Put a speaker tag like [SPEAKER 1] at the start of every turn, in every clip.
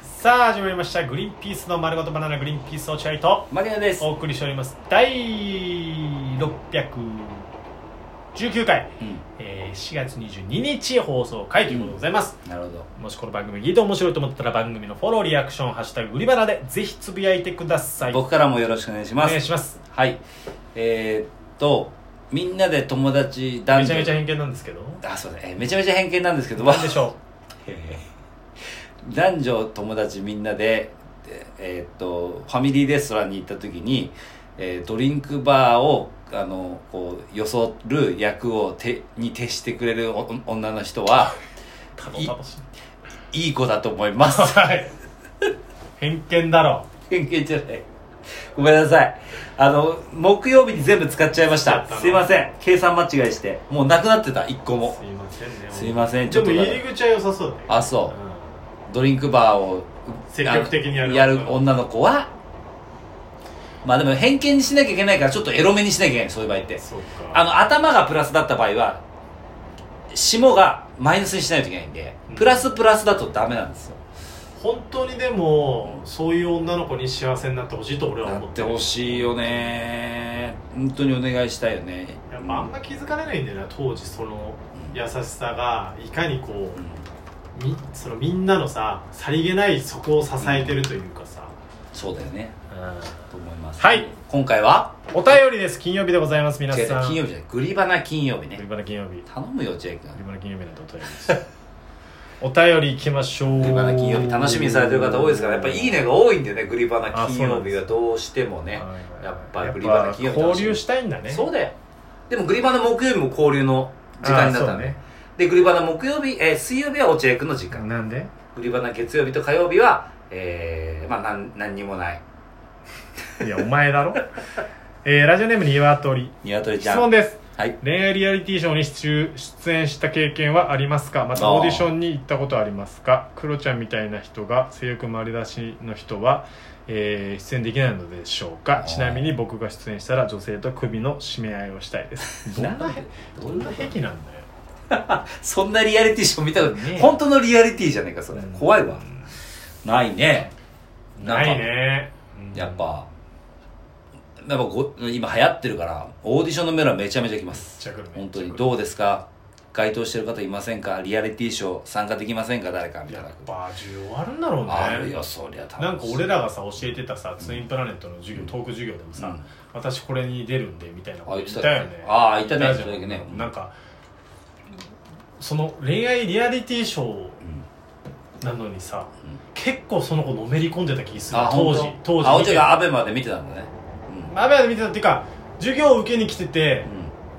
[SPEAKER 1] さあ始まりましたグリーンピースの丸ごとバナナグリーンピースをチャイと
[SPEAKER 2] マリナです
[SPEAKER 1] お送りしております第619回、
[SPEAKER 2] うん
[SPEAKER 1] えー4月22日放送回ということでございます、
[SPEAKER 2] なるほど
[SPEAKER 1] もしこの番組聞いて面白いと思ったら番組のフォローリアクション「ハッシュタググリバナ」でぜひつぶやいてくださいお
[SPEAKER 2] 僕からもよろしくお願いします
[SPEAKER 1] 願いします
[SPEAKER 2] はいえー、っとみんなで友達男
[SPEAKER 1] め
[SPEAKER 2] 女
[SPEAKER 1] ちゃめちゃ偏見なんですけど
[SPEAKER 2] あそうだ、えーめちゃめちゃ偏見なんですけど
[SPEAKER 1] 何でしょ
[SPEAKER 2] えー 男女友達みんなでえーえーっとファミリーレストランに行った時に、えードリンクバーをあのこう装る役をてに徹してくれるお女の人は
[SPEAKER 1] うたどたどしい
[SPEAKER 2] いい子だと思います
[SPEAKER 1] はい偏見だろ
[SPEAKER 2] 偏見じゃないごめんなさいあの木曜日に全部使っちゃいまし
[SPEAKER 1] 使ったたの
[SPEAKER 2] すいません計算間違いしてもうなくなってた1個も
[SPEAKER 1] すいませんね
[SPEAKER 2] すいませんち
[SPEAKER 1] で
[SPEAKER 2] ょっ
[SPEAKER 1] も
[SPEAKER 2] と
[SPEAKER 1] 入り口は良さそうだね
[SPEAKER 2] あそううんドリンクバーを
[SPEAKER 1] 積極的にやる
[SPEAKER 2] あのやる女の子はまあでも偏見にしなきゃいけないからちょっとエロめにしなきゃいけないそういう場合って
[SPEAKER 1] そうか
[SPEAKER 2] あの頭がプラスだった場合は霜がマイナスにしないといけないんで
[SPEAKER 1] うん
[SPEAKER 2] プラスプラスだとダメなんですよ
[SPEAKER 1] 本当にでもそういう女の子に幸せになってほしいと俺は
[SPEAKER 2] な
[SPEAKER 1] 思
[SPEAKER 2] っ
[SPEAKER 1] ってて
[SPEAKER 2] ほしいよね本当にお願いしたいよね
[SPEAKER 1] やっぱあんま気づかれないんだよな当時その優しさがいかにこ
[SPEAKER 2] うん
[SPEAKER 1] うみそのみんなのささりげないそこを支えてるというかさ、
[SPEAKER 2] そうだよね
[SPEAKER 1] うん
[SPEAKER 2] と思います
[SPEAKER 1] はい
[SPEAKER 2] 今回は
[SPEAKER 1] お便りです金曜日でございます皆
[SPEAKER 2] 違う違う
[SPEAKER 1] さん
[SPEAKER 2] 金曜
[SPEAKER 1] 日
[SPEAKER 2] 日じゃないグリバナ金曜日ね
[SPEAKER 1] リバナ金曜日
[SPEAKER 2] 頼むよジェイ君
[SPEAKER 1] リバナ金曜日なんてお便りです お便りいきましょう
[SPEAKER 2] グリバナ金曜日楽しみにされてる方多いですからやっぱいいねが多いんだよねグリバナ
[SPEAKER 1] あそ
[SPEAKER 2] 金
[SPEAKER 1] うなん
[SPEAKER 2] 曜
[SPEAKER 1] で
[SPEAKER 2] 日
[SPEAKER 1] す
[SPEAKER 2] がどうしてもね
[SPEAKER 1] はいはいはい
[SPEAKER 2] やっぱグリバナ金曜日
[SPEAKER 1] やっぱ
[SPEAKER 2] 楽しみ
[SPEAKER 1] 交流したいんだね
[SPEAKER 2] そうだよでもグリバナ木曜日も交流の時間に
[SPEAKER 1] あー
[SPEAKER 2] なった
[SPEAKER 1] そう
[SPEAKER 2] の
[SPEAKER 1] ね
[SPEAKER 2] ねでグリバナ木曜日、えー水曜日は落合君の時間
[SPEAKER 1] なんで
[SPEAKER 2] グリバナ月曜日と火曜日はえー、まあなん何にもない
[SPEAKER 1] いやお前だろえー、ラジオネームにわとり
[SPEAKER 2] ニワトリち
[SPEAKER 1] 質
[SPEAKER 2] ゃ
[SPEAKER 1] 問
[SPEAKER 2] ん
[SPEAKER 1] です
[SPEAKER 2] はい
[SPEAKER 1] 恋愛リアリティショーに出出演した経験はありますかまた
[SPEAKER 2] あー
[SPEAKER 1] オーディションに行ったことありますかクロちゃんみたいな人が性欲丸出しの人は、えー出演できないのでしょうか
[SPEAKER 2] あー
[SPEAKER 1] ちなみに僕が出演したら女性と首の締め合いをしたいですどんなどんな癖なんだよ
[SPEAKER 2] そんなリアリティショー見たこと、
[SPEAKER 1] ねえ
[SPEAKER 2] 本当のリアリティじゃねえかそれ、
[SPEAKER 1] うん
[SPEAKER 2] 怖いわないねんか
[SPEAKER 1] ないね
[SPEAKER 2] やっぱやっぱご今流行ってるからオーディションのメールはめちゃめちゃ来ます
[SPEAKER 1] めっちゃ来る
[SPEAKER 2] 本当にどうですか該当してる方いませんかリアリティショー参加できませんか誰かみた
[SPEAKER 1] や
[SPEAKER 2] い
[SPEAKER 1] っ
[SPEAKER 2] な
[SPEAKER 1] ぱ需要あるんだろうね
[SPEAKER 2] あるよそりゃ多分
[SPEAKER 1] なんか俺らがさ教えてたさツインプラネットの授業トーク授業でもさ、
[SPEAKER 2] うん
[SPEAKER 1] 私これに出るんでみたいなこと
[SPEAKER 2] あ
[SPEAKER 1] 言
[SPEAKER 2] 言
[SPEAKER 1] っ
[SPEAKER 2] って
[SPEAKER 1] た
[SPEAKER 2] た
[SPEAKER 1] よね
[SPEAKER 2] ああ言ったね
[SPEAKER 1] 言じゃ
[SPEAKER 2] それだけね
[SPEAKER 1] なんかその恋愛リアリティショーなのにさ、
[SPEAKER 2] うん
[SPEAKER 1] 結構その子のめり込んでた気する
[SPEAKER 2] あ
[SPEAKER 1] 当時
[SPEAKER 2] 本
[SPEAKER 1] 当
[SPEAKER 2] あ
[SPEAKER 1] 時
[SPEAKER 2] お
[SPEAKER 1] 見
[SPEAKER 2] ち
[SPEAKER 1] て
[SPEAKER 2] が
[SPEAKER 1] た
[SPEAKER 2] アベまで見てたんだねうん
[SPEAKER 1] アベアで見てたっていうか授業を受けに来てて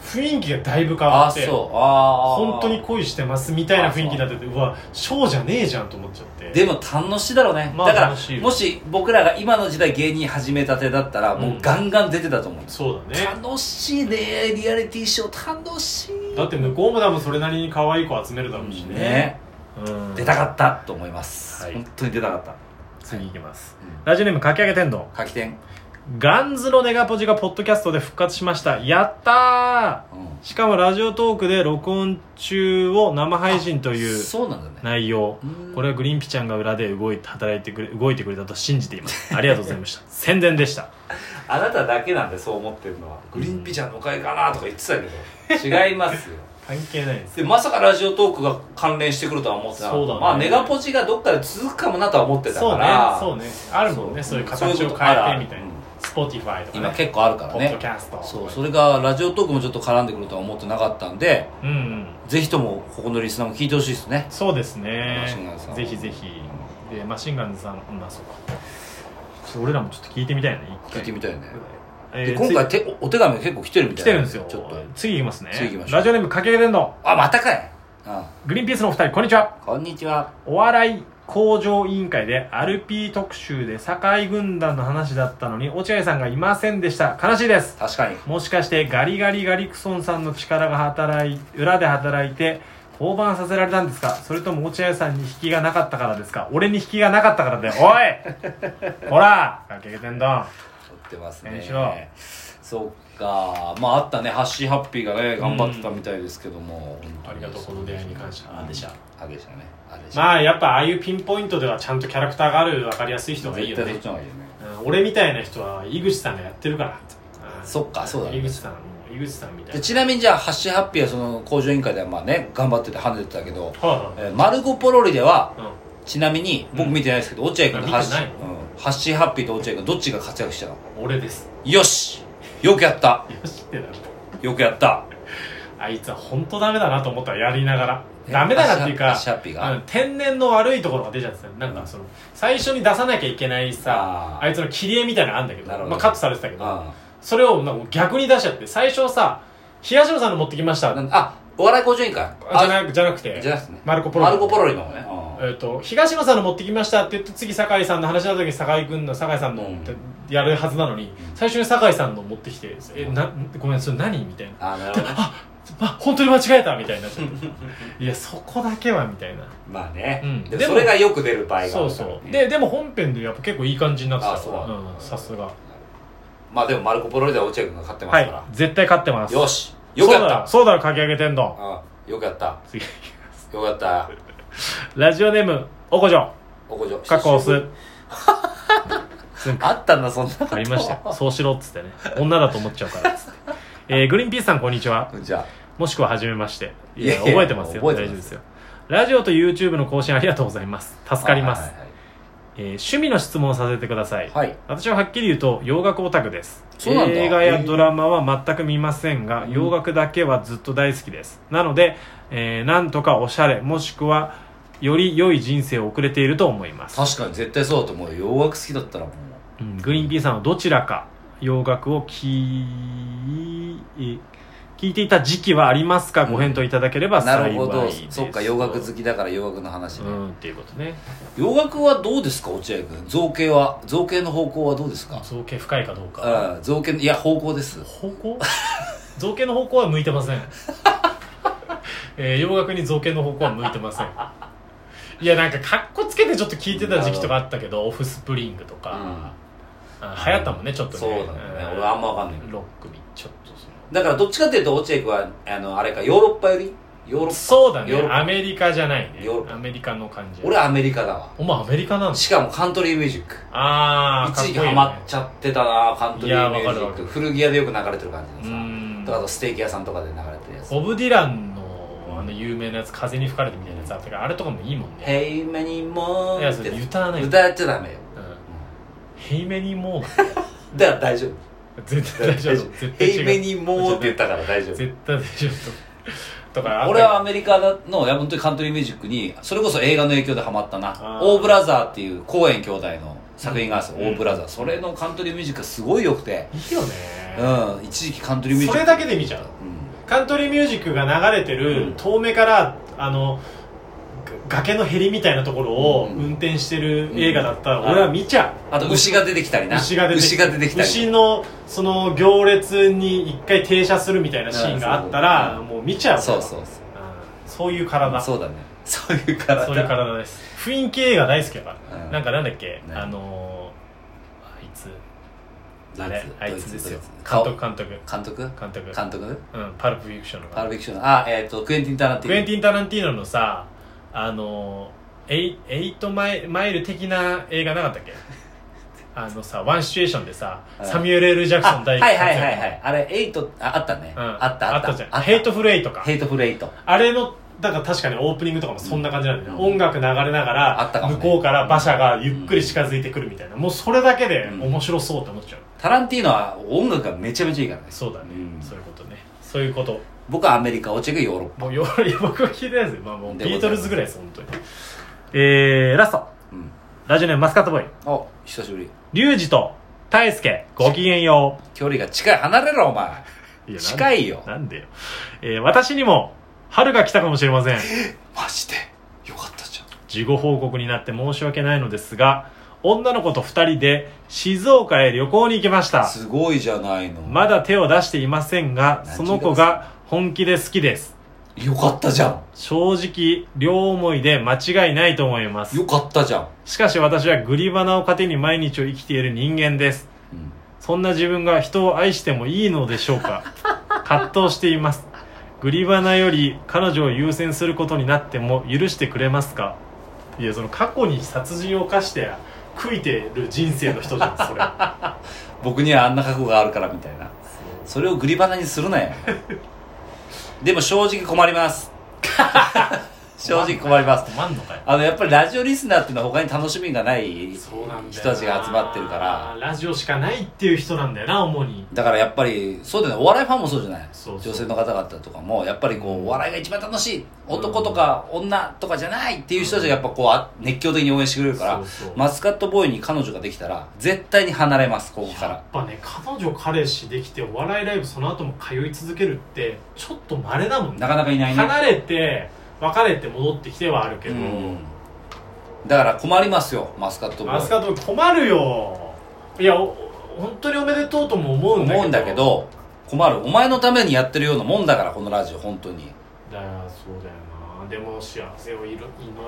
[SPEAKER 2] うん
[SPEAKER 1] 雰囲気がだいぶ変わ
[SPEAKER 2] あ
[SPEAKER 1] って
[SPEAKER 2] そうああ
[SPEAKER 1] 本当に恋してますみたいな雰囲気になっててうわショーじゃねえじゃんと思っちゃって
[SPEAKER 2] でも楽しいだろうね、
[SPEAKER 1] まあ
[SPEAKER 2] だから
[SPEAKER 1] 楽しいよ
[SPEAKER 2] もし僕らが今の時代芸人始めたてだったらもうガンガン出てたと思うんです、
[SPEAKER 1] そうだね
[SPEAKER 2] 楽しいねリアリティショー楽しい
[SPEAKER 1] だって向こうも多分それなりに可愛い子集めるだろうしね,、
[SPEAKER 2] ね
[SPEAKER 1] うん、
[SPEAKER 2] 出たかったと思います、
[SPEAKER 1] はい
[SPEAKER 2] 本当に出たかった
[SPEAKER 1] 次いきます、
[SPEAKER 2] うん
[SPEAKER 1] ラジオネームかき上げ天丼
[SPEAKER 2] 書き点、
[SPEAKER 1] ガンズのネガポジがポッドキャストで復活しましたやった
[SPEAKER 2] うん
[SPEAKER 1] ーしかもラジオトークで録音中を生配信という
[SPEAKER 2] そうなんだね
[SPEAKER 1] 内容
[SPEAKER 2] うん
[SPEAKER 1] これはグリーンピちゃんが裏で動いて働いてくれ動いてくれたと信じていますありがとうござい ました宣伝でした
[SPEAKER 2] あなただけなんでそう思ってるのはグリーンピちゃんの会かなとか言ってたけど違います よ
[SPEAKER 1] 関係ないです
[SPEAKER 2] でまさかラジオトークが関連してくるとは思ってなかっ
[SPEAKER 1] そ
[SPEAKER 2] た
[SPEAKER 1] うだね
[SPEAKER 2] まあネガポジがどっかで続くかもなとは思ってた
[SPEAKER 1] そう
[SPEAKER 2] か
[SPEAKER 1] ね
[SPEAKER 2] ら
[SPEAKER 1] そう
[SPEAKER 2] ね
[SPEAKER 1] ねあるもんねそういう形
[SPEAKER 2] そういう
[SPEAKER 1] を
[SPEAKER 2] こと
[SPEAKER 1] 変えてみたいな
[SPEAKER 2] あるある
[SPEAKER 1] Spotify とかね
[SPEAKER 2] 今結構あるから
[SPEAKER 1] ポッド
[SPEAKER 2] ね
[SPEAKER 1] キャスト
[SPEAKER 2] そうそれがラジオトークもちょっと絡んでくるとは思ってなかったんで
[SPEAKER 1] うんうん
[SPEAKER 2] ぜひともここのリスナーも聞いてほしいですね
[SPEAKER 1] そうですね
[SPEAKER 2] マシンガンズさん
[SPEAKER 1] ぜひぜひでマシンガンズさんまあそうかちょっと俺らもちょっと聞いてみたいよね一
[SPEAKER 2] 聞
[SPEAKER 1] 回
[SPEAKER 2] いてみたいね
[SPEAKER 1] え
[SPEAKER 2] で
[SPEAKER 1] ー
[SPEAKER 2] 今回ておお手紙結構来てるみ
[SPEAKER 1] つ来
[SPEAKER 2] たい
[SPEAKER 1] て
[SPEAKER 2] な
[SPEAKER 1] るんですよ
[SPEAKER 2] ちょっと
[SPEAKER 1] 次いきますね
[SPEAKER 2] 次行きましょう
[SPEAKER 1] ラジオネームかけれんの
[SPEAKER 2] あまたかいあ
[SPEAKER 1] グリーンピースのお二人こんにちは
[SPEAKER 2] こんにちは
[SPEAKER 1] お笑い向上委員会でアルピー特集で堺軍団の話だったのに落合さんがいませんでした悲しいです
[SPEAKER 2] 確かに
[SPEAKER 1] もしかしてガリガリガリクソンさんの力が働い裏で働いて降板させられたんですかそれとも落合さんに引きがなかったからですか俺に引きがなかったからだ よおいほらかけげてんどん
[SPEAKER 2] 撮ってます
[SPEAKER 1] よ
[SPEAKER 2] ね
[SPEAKER 1] いしょ
[SPEAKER 2] そうが、まああったね、ハッシーハッピーがね、頑張ってたみたいですけども、本当
[SPEAKER 1] あ
[SPEAKER 2] に
[SPEAKER 1] りがとうこの出会いに感謝あでした
[SPEAKER 2] あでしたね。あでした。
[SPEAKER 1] まあやっぱああいうピンポイントではちゃんとキャラクターがある分かりやすい人がいい
[SPEAKER 2] 絶
[SPEAKER 1] よ
[SPEAKER 2] 対
[SPEAKER 1] ね
[SPEAKER 2] そっちの方がいいよね。
[SPEAKER 1] うん俺みたいな人は井口さんがやってるからうん
[SPEAKER 2] そっかそうだね
[SPEAKER 1] 井口さんも井口さんみたい
[SPEAKER 2] で
[SPEAKER 1] な
[SPEAKER 2] ちなみにじゃあ、ハッシーハッピーはその工場委員会ではまあね、頑張ってて跳ねてたけど、
[SPEAKER 1] はい
[SPEAKER 2] えーマルゴポロリでは、
[SPEAKER 1] はい
[SPEAKER 2] ちなみに、僕見てないですけど、落合君とハッシ
[SPEAKER 1] 見てない
[SPEAKER 2] ー、うんハッシーハッピーと落合君、どっちが活躍したの
[SPEAKER 1] うん俺です
[SPEAKER 2] よしよくやった
[SPEAKER 1] よしってなる
[SPEAKER 2] よくやった
[SPEAKER 1] あいつは本当ダメだなと思ったらやりながらダメだなっていうか
[SPEAKER 2] ハッシーハッピーが
[SPEAKER 1] うん天然の悪いところが出ちゃってたよなんかその最初に出さなきゃいけないさ
[SPEAKER 2] あー
[SPEAKER 1] あいつの切り絵みたいなのあるんだけ
[SPEAKER 2] な
[SPEAKER 1] ど
[SPEAKER 2] るほど
[SPEAKER 1] まあカットされてたけど
[SPEAKER 2] あ
[SPEAKER 1] それをなんか逆に出しちゃって最初さ東野さんの持ってきました
[SPEAKER 2] あなんあお笑い工場委員会
[SPEAKER 1] あじゃ
[SPEAKER 2] あ
[SPEAKER 1] なくじゃなくて
[SPEAKER 2] じゃなくてね
[SPEAKER 1] マルコ・ポロ
[SPEAKER 2] マ
[SPEAKER 1] リ
[SPEAKER 2] ルコ・ポロリの方ね
[SPEAKER 1] えっと東野さんの持ってきましたって言って次酒井さんの話だった時酒井君の酒井さんの
[SPEAKER 2] うん
[SPEAKER 1] ってやるはずなのに最初に酒井さんの持ってきて「えなごめんそれ何?」みたいな
[SPEAKER 2] ああなるほど ね
[SPEAKER 1] 「あ本当に間違えた」みたいになっちゃって いやそこだけはみたいな
[SPEAKER 2] まあね
[SPEAKER 1] うん
[SPEAKER 2] でも
[SPEAKER 1] でも
[SPEAKER 2] それがよく出る場合があるから
[SPEAKER 1] そう
[SPEAKER 2] ね
[SPEAKER 1] そうででも本編でやっぱ結構いい感じになって
[SPEAKER 2] あ
[SPEAKER 1] た
[SPEAKER 2] そう
[SPEAKER 1] からうんさすが
[SPEAKER 2] まあでもマルコ・ポロリでは落合君が勝ってま
[SPEAKER 1] は
[SPEAKER 2] す
[SPEAKER 1] い
[SPEAKER 2] か
[SPEAKER 1] 絶対勝ってま
[SPEAKER 2] ら
[SPEAKER 1] す
[SPEAKER 2] よしよくや
[SPEAKER 1] そ
[SPEAKER 2] った
[SPEAKER 1] うだろそうだろ書き上げてんの
[SPEAKER 2] あよくやった
[SPEAKER 1] 次
[SPEAKER 2] よくやった
[SPEAKER 1] ラジオネームおこじょ
[SPEAKER 2] おこじょ
[SPEAKER 1] かっこおす
[SPEAKER 2] あったんだそんな
[SPEAKER 1] ありました よそうしろっつってね女だと思っちゃうからっつって、えーグリーンピースさんこんにちは
[SPEAKER 2] じゃあ
[SPEAKER 1] もしくは初めましてい
[SPEAKER 2] い
[SPEAKER 1] や
[SPEAKER 2] やいや
[SPEAKER 1] 覚えてますよ
[SPEAKER 2] 覚
[SPEAKER 1] 大
[SPEAKER 2] えて
[SPEAKER 1] 丈夫
[SPEAKER 2] ま
[SPEAKER 1] ですすよラジオと YouTube の更新ありがとうございます助かります、
[SPEAKER 2] はいはい
[SPEAKER 1] えー趣味の質問をさせてください、
[SPEAKER 2] はいはい
[SPEAKER 1] 私ははっきり言うと洋楽オタクです
[SPEAKER 2] そうなんだ
[SPEAKER 1] 映画やドラマは全く見ませんが、
[SPEAKER 2] うん
[SPEAKER 1] 洋楽だけはずっと大好きですなので、えーなんとかおしゃれもしくはより良い人生を送れていると思います、
[SPEAKER 2] 確かに絶対そうだと思うよ洋楽好きだったらもう
[SPEAKER 1] うん、グリーンピーさんはどちらか洋楽を聞い聞いていた時期はありますかご返答いただければ
[SPEAKER 2] な
[SPEAKER 1] 幸いで
[SPEAKER 2] る
[SPEAKER 1] す、
[SPEAKER 2] ほどそっか洋楽好きだから洋楽の話ね
[SPEAKER 1] うんっていうことね
[SPEAKER 2] 洋楽はどうですか落合君造形は造形の方向はどうですか
[SPEAKER 1] 造形深いかどうか
[SPEAKER 2] うん造形のいや方向です
[SPEAKER 1] 方向 造形の方向は向いてません、 えー洋楽に造形の方向は向いてませんいやなんかかっこつけてちょっと聞いてた時期とかあったけどオフスプリングとか、あ流行ったもんねちょっとね
[SPEAKER 2] そうなんだよね
[SPEAKER 1] う
[SPEAKER 2] 俺あんまわかんない
[SPEAKER 1] ロックにちょっとその
[SPEAKER 2] だからどっちかっていうと落合君はあのあれかヨーロッパよりヨーロッ
[SPEAKER 1] そうだね
[SPEAKER 2] ヨーロッパ
[SPEAKER 1] アメリカじゃないね
[SPEAKER 2] ヨーロッパ
[SPEAKER 1] アメリカの感じ
[SPEAKER 2] パ俺アメリカだわ
[SPEAKER 1] お前アメリカなんだ
[SPEAKER 2] しかもカントリーミュージック
[SPEAKER 1] ああ
[SPEAKER 2] 一時期ハマっちゃってたなカントリーミュ
[SPEAKER 1] いやわか
[SPEAKER 2] ージ
[SPEAKER 1] るわ
[SPEAKER 2] ッ
[SPEAKER 1] か
[SPEAKER 2] ク
[SPEAKER 1] る
[SPEAKER 2] 古着屋でよく流れてる感
[SPEAKER 1] う
[SPEAKER 2] じのさ
[SPEAKER 1] ん
[SPEAKER 2] とかあとステーキ屋さんとかで流れてるやつ
[SPEAKER 1] ボブ・ディランのあの有名なやつ「風に吹かれて」みたいなやつあったからあれとかもいいもん
[SPEAKER 2] 「
[SPEAKER 1] ね
[SPEAKER 2] Hey many more」
[SPEAKER 1] いやそれ歌わない
[SPEAKER 2] 歌っちゃダメよ
[SPEAKER 1] うん
[SPEAKER 2] う
[SPEAKER 1] 「ヘイメニーモー」
[SPEAKER 2] んだから大丈夫
[SPEAKER 1] 絶対大丈夫絶
[SPEAKER 2] 「
[SPEAKER 1] 対
[SPEAKER 2] Hey
[SPEAKER 1] 違う
[SPEAKER 2] many more」って言ったから大丈夫
[SPEAKER 1] 絶対大丈夫とかあった
[SPEAKER 2] 俺はアメリカのいや本当にカントリーミュージックにそれこそ映画の影響でハマったな
[SPEAKER 1] あ
[SPEAKER 2] 「
[SPEAKER 1] ー
[SPEAKER 2] オーブラザー」っていうコーエン兄弟の作品があるんですよ
[SPEAKER 1] うん
[SPEAKER 2] オーブラザー」それのカントリーミュージックがすごい良くて
[SPEAKER 1] いいよ
[SPEAKER 2] う
[SPEAKER 1] ね
[SPEAKER 2] ん一時期カントリーミュー
[SPEAKER 1] そ
[SPEAKER 2] ジック
[SPEAKER 1] れだけで見ちゃう
[SPEAKER 2] うん
[SPEAKER 1] カントリーミュージックが流れて
[SPEAKER 2] う
[SPEAKER 1] る
[SPEAKER 2] ん
[SPEAKER 1] 遠目からあのが崖のへりみたいなところを
[SPEAKER 2] うん
[SPEAKER 1] 運転してる映画だったら
[SPEAKER 2] うん
[SPEAKER 1] 俺は見ちゃう
[SPEAKER 2] あと牛が出てきたりな
[SPEAKER 1] 牛が出て
[SPEAKER 2] 牛が出てきたり
[SPEAKER 1] 牛のその行列に一回停車するみたいなシーンがあったら
[SPEAKER 2] うん
[SPEAKER 1] もう見ちゃう
[SPEAKER 2] そうそうそう
[SPEAKER 1] うんそういう体
[SPEAKER 2] そうだねそういう 体
[SPEAKER 1] そういう体です雰囲気映画大好きだから、
[SPEAKER 2] うん
[SPEAKER 1] なんかなんだっけ、
[SPEAKER 2] ね
[SPEAKER 1] あのー、あいつあれあいつですよ監
[SPEAKER 2] 顔
[SPEAKER 1] 督監督
[SPEAKER 2] 監督
[SPEAKER 1] 監督
[SPEAKER 2] 監督
[SPEAKER 1] うん、パルプフィクションの
[SPEAKER 2] パルフィクションあえっとクエンティン・タランティ
[SPEAKER 1] クエンティン・タランティーノのさあのエイエイトマイマイル的な映画なかったっけ あのさワンシチュエーションでさ、
[SPEAKER 2] うん
[SPEAKER 1] サミュエル・ L ・ジャクソン
[SPEAKER 2] あは
[SPEAKER 1] 大
[SPEAKER 2] い
[SPEAKER 1] 活
[SPEAKER 2] はい
[SPEAKER 1] 躍
[SPEAKER 2] はいはいあれエイトああったね
[SPEAKER 1] うん、
[SPEAKER 2] あったあった
[SPEAKER 1] じゃんヘイトフル・エイトか
[SPEAKER 2] ヘイトフルエイト
[SPEAKER 1] あれのだから確かにオープニングとかもそんな感じなんだよね、
[SPEAKER 2] うん
[SPEAKER 1] 音楽流れなが、
[SPEAKER 2] あったからも
[SPEAKER 1] 向
[SPEAKER 2] ね
[SPEAKER 1] こうから馬車がゆっくり近づいてくるみたいなもうそれだけで
[SPEAKER 2] うん
[SPEAKER 1] 面白そうって思っちゃう、
[SPEAKER 2] タランティーノは音楽がめちゃめちゃいいからね
[SPEAKER 1] そうだね、
[SPEAKER 2] うん
[SPEAKER 1] そういうことねそういうこと
[SPEAKER 2] 僕はアメリカ落合がヨーロッパ
[SPEAKER 1] もうよ僕は聞いてないですよ、まあ、もう
[SPEAKER 2] で
[SPEAKER 1] ビートルズぐらいです本当にえー、ラスト
[SPEAKER 2] うん
[SPEAKER 1] ラジオネームマスカットボーイ
[SPEAKER 2] お久しぶり
[SPEAKER 1] リュウジとタイスケごきげんよ
[SPEAKER 2] 距離が近い離れろお前
[SPEAKER 1] うい
[SPEAKER 2] 近
[SPEAKER 1] い
[SPEAKER 2] いよ
[SPEAKER 1] なんでよ、えー、私にも春が来たかもしれません
[SPEAKER 2] マジでよかったじゃん
[SPEAKER 1] 事後報告になって申し訳ないのですが女の子と2人で静岡へ旅行に行きました
[SPEAKER 2] すごいじゃないの
[SPEAKER 1] まだ手を出していませんがその子が本気で好きです
[SPEAKER 2] よかったじゃん
[SPEAKER 1] 正直両思いで間違いないと思います
[SPEAKER 2] よかったじゃん
[SPEAKER 1] しかし私はグリバナを糧に毎日を生きている人間です
[SPEAKER 2] うん
[SPEAKER 1] そんな自分が人を愛してもいいのでしょう か葛藤していますグリバナより彼女を優先することになっても許してくれますかいやその過去に殺人を犯して悔いてる人生の人じゃんそれ
[SPEAKER 2] 僕にはあんな過去があるからみたいなそれをグリバナにする なよでも正直困ります正直困ります
[SPEAKER 1] 困んのかよ
[SPEAKER 2] あのやっぱりラジオリスナーっていうのは他に楽しみがない
[SPEAKER 1] そうなんだよな
[SPEAKER 2] 人たちが集まってるから
[SPEAKER 1] ラジオしかないっていう人なんだよな主に
[SPEAKER 2] だからやっぱりそうだよねお笑いファンもそうじゃない
[SPEAKER 1] そうそう
[SPEAKER 2] 女性の方々とかもやっぱりこうお笑いが一番楽しい男とか女とかじゃないっていう人たちがやっぱこうあ熱狂的に応援してくれるから
[SPEAKER 1] そうそう
[SPEAKER 2] マスカットボーイに彼女ができたら絶対に離れますここか
[SPEAKER 1] や
[SPEAKER 2] ら
[SPEAKER 1] っぱね彼女彼氏できてお笑いライブその後も通い続けるってちょっと稀だもんね
[SPEAKER 2] なかなかいないね
[SPEAKER 1] 離れて別れて戻ってきてはあるけど、
[SPEAKER 2] うんだから困りますよマスカットボーイ
[SPEAKER 1] マスカット困るよいやお本当におめでとうとも思うんだけど
[SPEAKER 2] 思うんだけど困るお前のためにやってるようなもんだからこのラジオ本当に
[SPEAKER 1] だよそうだよなでも幸せを祈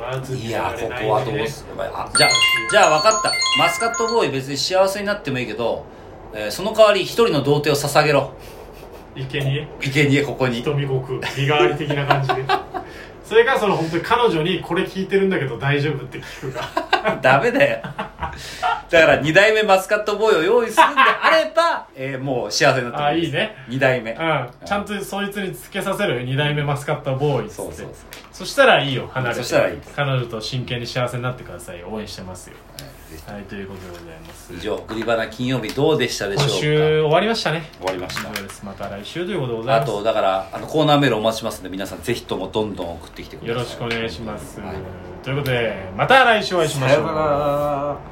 [SPEAKER 1] らずに
[SPEAKER 2] い
[SPEAKER 1] いら
[SPEAKER 2] や
[SPEAKER 1] れ
[SPEAKER 2] こ
[SPEAKER 1] ない
[SPEAKER 2] こはどうすればいいあじゃあじゃあ分かったマスカットボーイ別に幸せになってもいいけど、えーその代わり一人の童貞を捧げろ
[SPEAKER 1] 池に
[SPEAKER 2] 生贄ここに
[SPEAKER 1] 瞳ごく身代わり的な感じでそれからその本当に彼女にこれ聞いてるんだけど大丈夫って聞くか
[SPEAKER 2] ダメだよだから二代目マスカットボーイを用意するんであれば、えーもう幸せにな
[SPEAKER 1] あ
[SPEAKER 2] ってもい
[SPEAKER 1] い
[SPEAKER 2] い
[SPEAKER 1] い
[SPEAKER 2] です
[SPEAKER 1] ね
[SPEAKER 2] 二代目
[SPEAKER 1] うんちゃんとそいつにつけさせる2代目マスカットボーイっつって
[SPEAKER 2] そうそうそう
[SPEAKER 1] そしたらいいよ離れて
[SPEAKER 2] そしたらいいです
[SPEAKER 1] 彼女と真剣に幸せになってください応援してますよ
[SPEAKER 2] はいぜ
[SPEAKER 1] はいということでございます
[SPEAKER 2] ひ以上「栗花金曜日」どうでしたでしょ
[SPEAKER 1] 今
[SPEAKER 2] うか
[SPEAKER 1] 週終わりましたね
[SPEAKER 2] 終わりま
[SPEAKER 1] 以
[SPEAKER 2] した
[SPEAKER 1] 上ですまた来週ということでござい
[SPEAKER 2] あ
[SPEAKER 1] ます
[SPEAKER 2] とだからあのコーナーメールお待ちしますので皆さんぜひともどんどん送ってきてください
[SPEAKER 1] よろしくお願いします、
[SPEAKER 2] はい
[SPEAKER 1] ということでまた来週お会いしましょう
[SPEAKER 2] さようなら